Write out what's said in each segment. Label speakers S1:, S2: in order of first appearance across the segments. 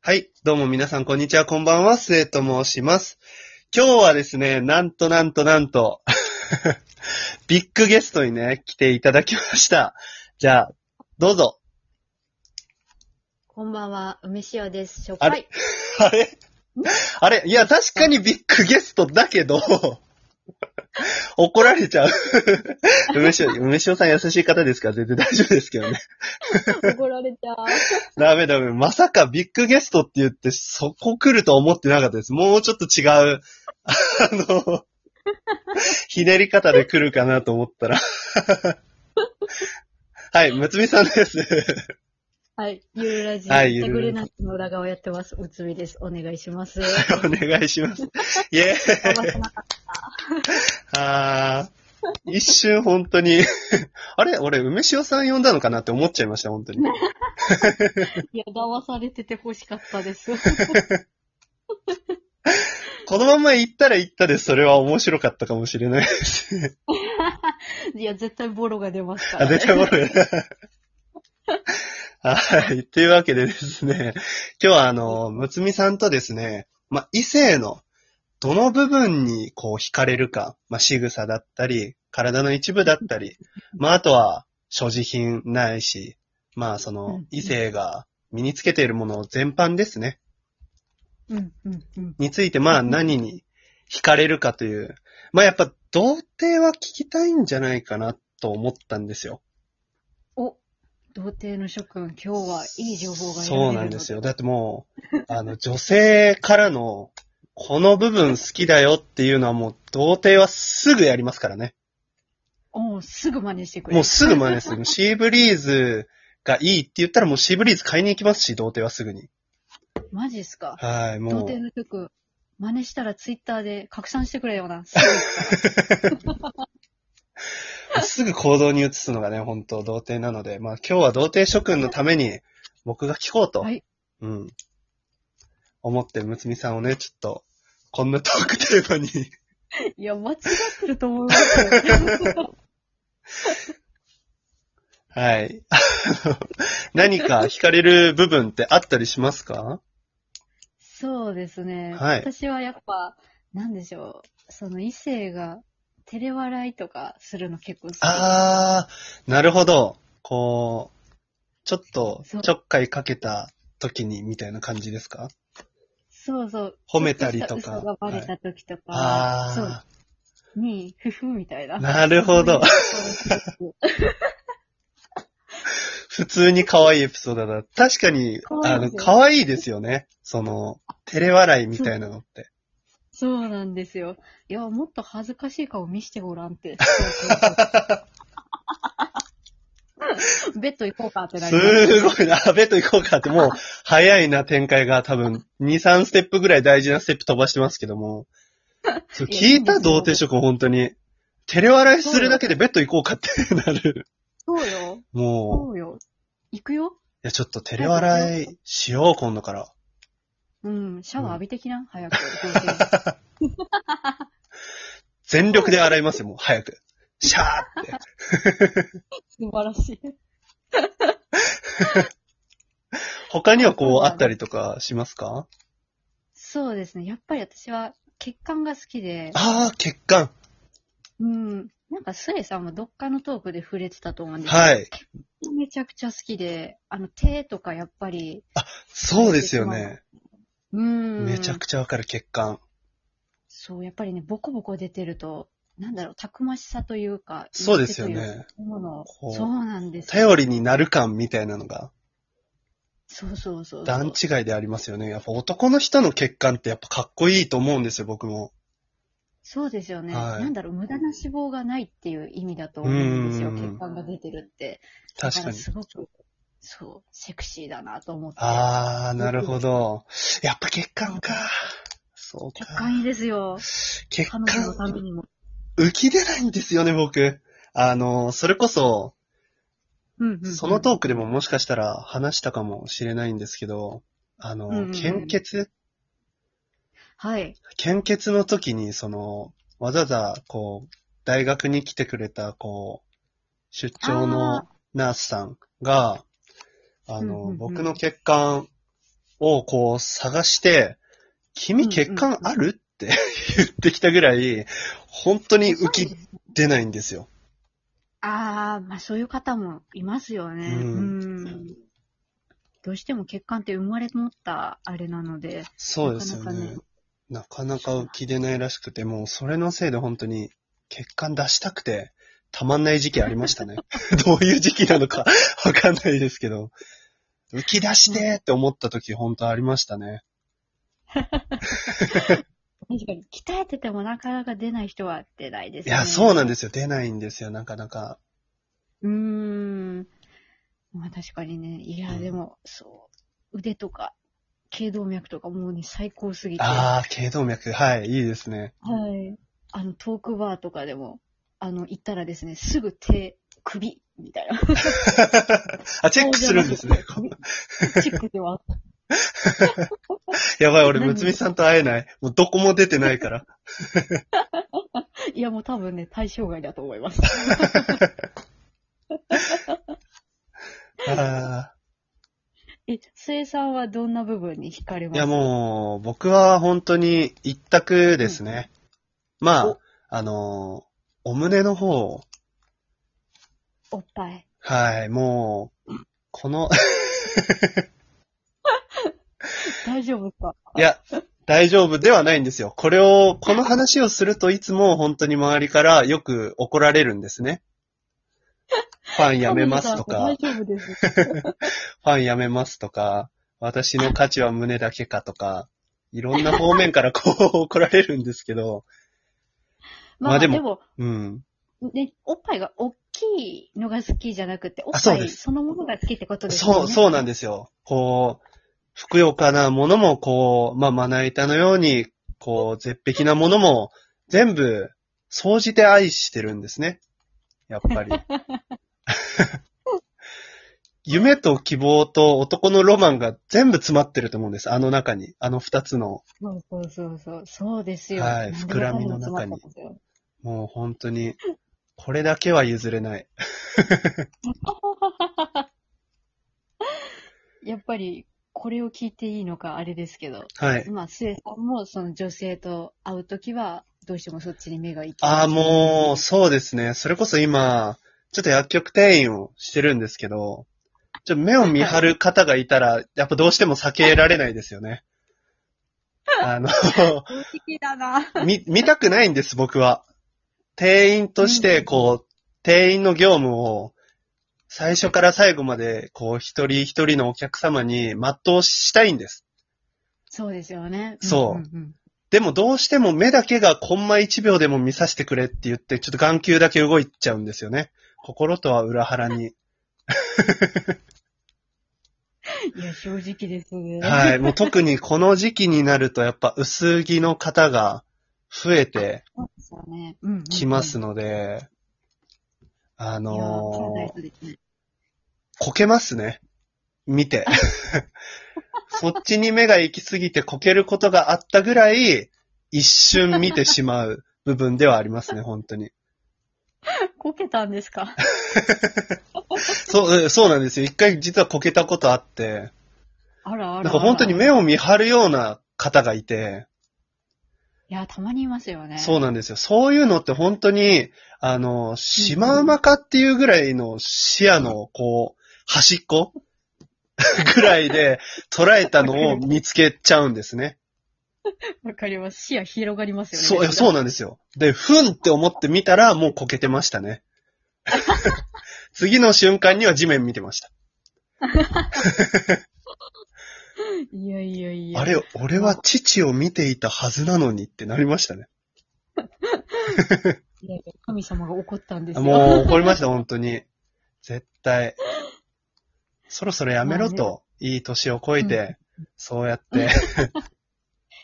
S1: はい。どうも皆さん、こんにちは。こんばんは。末と申します。今日はですね、なんとなんとなんと、 ビッグゲストにね、来ていただきました。じゃあ、どうぞ。
S2: こんばんは、梅塩です。しょっ
S1: あ
S2: ぱ
S1: れ
S2: い。
S1: あれあれいや、確かにビッグゲストだけど、怒られちゃう。 梅塩、梅塩さん優しい方ですから全然大丈夫ですけどね。
S2: 怒られちゃう。
S1: ダメダメ。まさかビッグゲストって言って、そこ来ると思ってなかったです。もうちょっと違う、あの、ひねり方で来るかなと思ったら。はい、むつみさんです。
S2: はい。ゆるラジ
S1: はい
S2: やってくれなくの裏側やってます。うつみです。お願いし ます。
S1: お願いします。イェーイ。あー一瞬本当に、あれ俺、梅塩さん呼んだのかなって思っちゃいました、本当に。
S2: いや、騙されてて欲しかった です。
S1: このまま行ったら行ったで、それは面白かったかもしれないですね。
S2: いや、絶対ボロが出ますか
S1: あ、
S2: ら、ね。
S1: 絶対ボロい。 はい。というわけでですね、今日はあの、むつみさんとですね、まあ、異性のどの部分にこう惹かれるか、まあ、仕草だったり、体の一部だったり、まあ、あとは所持品ないし、まあ、そうの
S2: ん
S1: 異性が身につけているもの全般ですね、
S2: うん、うん、うん。
S1: についてまあ、
S2: うん
S1: 何に惹かれるかという、まあ、やっぱ童貞は聞きたいんじゃないかなと思ったんですよ。
S2: お、童貞の諸君、今日はいい情報が得られる
S1: そうなんです
S2: よ。
S1: よ。だってもう、あの、女性からの、この部分好きだよっていうのはもう、童貞はすぐやりますからね。
S2: おうすぐ真似してくれる。
S1: もうすぐ真似す る。シーブリーズがいいって言ったらもうシーブリーズ買いに行きますし、童貞はすぐに。
S2: マジっすか。
S1: はい、
S2: 童
S1: も
S2: 貞
S1: う。
S2: の諸君、真似したらツイッターで拡散してくれよな。すぐ
S1: すぐ行動に移すのがね、本当童貞なので。まあ今日は童貞諸君のために、僕が聞こうと。
S2: はい
S1: うん。思って、むつみさんをね、ちょっと、こんなトークテーマに
S2: いや、間違ってると思いますよ。
S1: はい。 あの何か惹かれる部分ってあったりしますか
S2: そうですね。
S1: はい
S2: 私はやっぱ、なんでしょう。その異性が、照れ笑いとかするの結構好き。
S1: あー、なるほど。こう、ちょっと
S2: そう
S1: ちょっかいかけた時にみたいな感じですか
S2: そうそう。
S1: 褒めたりとか
S2: ちょっした嘘がバレた時とか、
S1: あ
S2: そう。に、ふふみたいな。
S1: ー、なるほど。
S2: そういう。
S1: 普通に可愛いエピソードだ。確かに、
S2: 可愛
S1: あ
S2: いで
S1: の、
S2: すよ
S1: 可愛いですよね。その、照れ笑いみたいなのって。
S2: そうなんですよ。いや、もっと恥ずかしい顔見してごらんって。ベッド行こうかってなります
S1: ごいな。ベッド行こうかって、もう、早いな展開が多分、2、3ステップぐらい大事なステップ飛ばしてますけども。そう
S2: いや
S1: 聞いた童貞諸君、本当に。照れ笑いするだけでベッド行こうかってなる。
S2: そうよ。
S1: もう、い
S2: そうよ。行くよ。
S1: や、ちょっと照れ笑いしよう、今度から。
S2: うん。シャワー浴びてきな。早く。
S1: 全力で洗いますよ、もう、早く。シャーって。
S2: 素晴らしい。
S1: 他にはこう、あったりとかしますか
S2: そうですね。やっぱり私は血管が好きで、
S1: ああ、血管。
S2: うん。なんか、スエさんもどっかのトークで触れてたと思うんですけど、
S1: はい。
S2: めちゃくちゃ好きで、あの、手とかやっぱり、
S1: そうですよね。
S2: うん。
S1: めちゃくちゃわかる、血管。
S2: そう、やっぱりね、ボコボコ出てると、なんだろう、たくましさというか、
S1: そうですよ
S2: いい手
S1: ね。
S2: というものを
S1: こう
S2: そうなんですよ。
S1: 頼りになる感みたいなのが。
S2: そうそうそうそう。
S1: 段違いでありますよね。やっぱ男の人の血管ってやっぱかっこいいと思うんですよ、僕も。
S2: そうですよね、
S1: はい
S2: なんだろう、無駄な脂肪がないっていう意味だと思うんですよ。
S1: うん
S2: 血管が出てるって。だ
S1: 確
S2: か
S1: からに。
S2: すごく、そう、セクシーだなと思って。
S1: あー、なるほど。やっぱ血管か。そう
S2: 血
S1: か。
S2: 管いいですよ。
S1: 血
S2: 彼女のため
S1: 管、
S2: にも。
S1: 浮き出ないんですよね、僕。あの、それこそ、
S2: うんうん、
S1: そのトークでももしかしたら話したかもしれないんですけど、あ
S2: うんうんう
S1: の、
S2: ん
S1: 献血
S2: はい。
S1: 献血の時に、その、わざわざ、こう、大学に来てくれた、こう、出張の
S2: あ
S1: ナースさんが、あの、
S2: うんうんうん
S1: 僕の血管をこう探して、君欠陥あるって 言ってきたぐらい、本当に浮き出ないんですよ。
S2: ああ、まあそういう方もいますよね。
S1: う
S2: うんん。どうしても血管って生まれ持ったあれなので、
S1: そうですよ
S2: なかなか
S1: ね
S2: ね。
S1: なかなか浮き出ないらしくて、もうそれのせいで本当に血管出したくて、たまんない時期ありましたね。 どういう時期なのかわかんないですけど、浮き出してって思った時本当ありましたね。
S2: 確かに鍛えててもなかなか出ない人は出ないです
S1: い
S2: ね。
S1: や、そうなん
S2: で
S1: ですよ。出ないんですよ、なかなか。
S2: うーん。まあ確かにね、いや、
S1: うん
S2: でも、そう、腕とか、頸動脈とかもうね、最高すぎて。は
S1: ああ、頸動脈。はい、いいです ね。
S2: い。あの、トークバーとかでも、あの、行ったらですね、すぐ手、首、みたいな。
S1: あ、チェックするんですね。
S2: チェックではあった。
S1: やばい、俺、
S2: 何
S1: むつみさんと会えない。もうどこも出てない から。
S2: いや、もう多分ね、対象外だと思います。
S1: あ
S2: え、末さんはどんな部分に惹かれ
S1: ー
S2: ま
S1: い
S2: す
S1: や、もう、僕は本当に一択ですね。まあ
S2: お、
S1: あのーお胸の方、
S2: おっぱい。
S1: はい、もう、この、
S2: 大丈夫か
S1: いや、大丈夫ではないんですよ。これを、この話をするといつも本当に周りからよく怒られるんですね。ファンやめますとか
S2: 大。丈 夫です。
S1: ファンやめますとか、私の価値は胸だけかとか、いろんな方面からこう怒られるんですけど、まあ
S2: まあ
S1: で
S2: で
S1: も
S2: も、
S1: うん。
S2: ね、おっぱいが大きいのが好きじゃなくて、おっ
S1: そう
S2: ぱ
S1: で
S2: い
S1: す
S2: そのものが好きってことですよね。
S1: そう、そうなん
S2: で
S1: ですよ。こう、ふくよかなものも、こう、まあ、まな板のように、こう、絶壁なものも、全部、総じて愛してるんですね。やっぱ り。夢と希望と男のロマンが全部詰まってると思うんです。あの中に。あの二つの、
S2: す。そうそうそうそう。そうですよ。
S1: はい
S2: なんで
S1: 膨らみの中に
S2: わかんなくなったんですよ。
S1: もう本当に、これだけは譲れない。
S2: やっぱり、これを聞いていいのかあれですけど、
S1: はい。
S2: まあ、末さんもその女性と会うときは、どうしてもそっちに目が行き
S1: ああ、もう、
S2: う。
S1: そうですね。それこそ今、ちょっと薬局店員をしてるんですけど、ちょっと目を見張る方がいたら、やっぱどうしても避けられないですよね。あ の、
S2: 好きだな。
S1: 見、見たくないんです、僕は。店員として、こう、店員の業務を、最初から最後まで、こう、一人一人のお客様に全うしたいんです。
S2: そうですよね。
S1: そうん
S2: んん
S1: でもどうしても目だけがコンマ1秒でも見させてくれって言って、ちょっと眼球だけ動いちゃうんですよね。心とは裏腹に。
S2: いや、正直ですね。
S1: はい。もう特にこの時期になるとやっぱ薄着の方が増えて
S2: そうですよね。うんうんうん
S1: きますので、あ
S2: いやーパラダイ
S1: のー、
S2: スですね
S1: こけますね。見て。そっちに目が行きすぎてこけることがあったぐらい、一瞬見てしまう部分ではありますね、本当に。
S2: こけたんです か
S1: そう、えそうなんですよ。一回実はこけたことあって、
S2: あらあら
S1: なんか本当に目
S2: を。
S1: を見張るような方がいて、
S2: いや、たまにいますよね。
S1: そうなんですよ。そういうのって本当に、あの、シマウマかっていうぐらいの視野の、こう、端っ こぐらいで捉えたのを見つけちゃうんです ね。
S2: わかります。視野広がりますよね。
S1: そう、そうなんですよ。で、ふんって思って見たらもうこけてました ね。次の瞬間には地面見てました。
S2: いやいやいや。
S1: あれ、俺は父を見ていたはずなのにってなりましたね。
S2: いやいや神様が怒ったんですよ。
S1: もう怒りました、本当に。絶対。そろそろやめろ
S2: ま
S1: と、いい年を超えて、そうやって。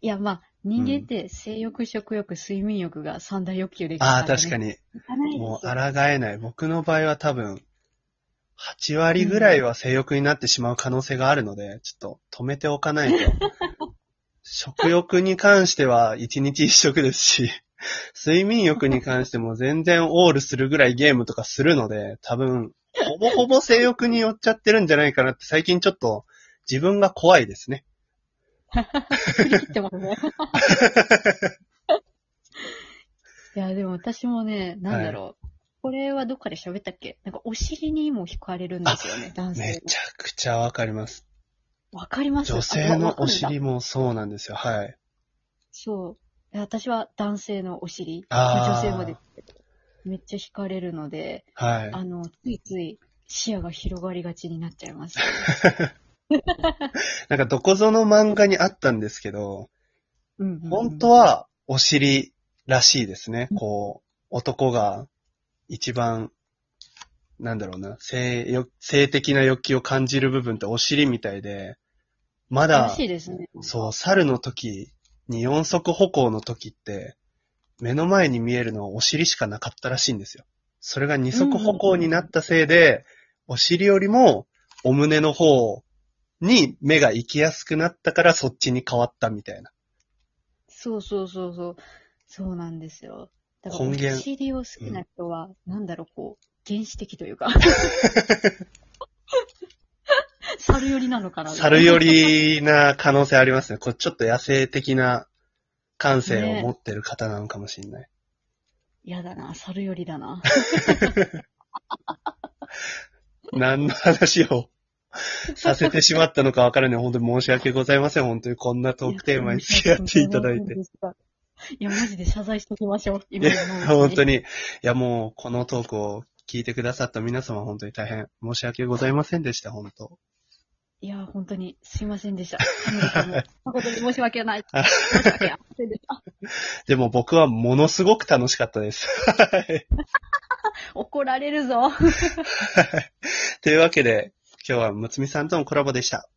S2: いや、まあ、人間って性欲、食欲、睡眠欲が三大欲求でき
S1: ああ、確か
S2: に。
S1: に。
S2: いかないですよ
S1: もう抗えない。僕の場合は多分、8割ぐらいは性欲になってしまう可能性があるので、ちょっと止めておかないと。食欲に関しては1日1食ですし、睡眠欲に関しても全然オールするぐらいゲームとかするので、多分、ほぼほぼ性欲に寄っちゃってるんじゃないかなって最近ちょっと自分が怖いですね。
S2: 振り切ってます ね。いや、でも私もね、なんだろう。これはどっかで喋ったっけなんかお尻にも惹かれるんですよね、男性
S1: め
S2: の。
S1: ちゃくちゃわかります。
S2: わかります
S1: 女性
S2: あわ
S1: の
S2: かる
S1: お
S2: んだ
S1: 尻もそうなんですよ。はい。
S2: そう。いや私は男性のお尻。
S1: あー
S2: ま女性まで。めっちゃ惹かれるので、
S1: はい。
S2: あの、ついつい視野が広がりがちになっちゃい ます。
S1: なんかどこぞの漫画にあったんですけど、
S2: うんうんうん
S1: 本当はお尻らしいですね。こう、男が一番、なんだろうな、性欲性的な欲求を感じる部分ってお尻みたいで、ま
S2: ら
S1: だ
S2: し、いですね。
S1: そう、猿の時に四足歩行の時って、目の前に見えるのはお尻しかなかったらしいんですよ。それが二足歩行になったせいで、お尻よりもお胸の方に目が行きやすくなったからそっちに変わったみたいな。
S2: そうそうそうそう。そうなんですよ。だから、
S1: 根
S2: お
S1: 源
S2: 尻を好きな人は、なんだろう、こう、原始的というか。 猿寄りなのかな
S1: 猿寄りな可能性ありますね。こうちょっと野生的な感性を持ってる方なのかもしれない。
S2: 嫌だな、猿寄りだな。
S1: 何の話をさせてしまったのかわからない。本当に申し訳ございません。本当にこんなトークテーマに付き合っていただいて。。
S2: いや、マジで謝罪しときましょう。今 の
S1: 本当
S2: に。
S1: に。いや、もう、このトークを聞いてくださった皆様、本当に大変申し訳ございませんでした、本当。
S2: いや、本当に、すいませんでした。誠に申し 訳ない。申し訳ありませんでした。
S1: でも僕はものすごく楽しかったです。はい
S2: 怒られるぞ。
S1: というわけで、今日はむつみさんとのコラボでした。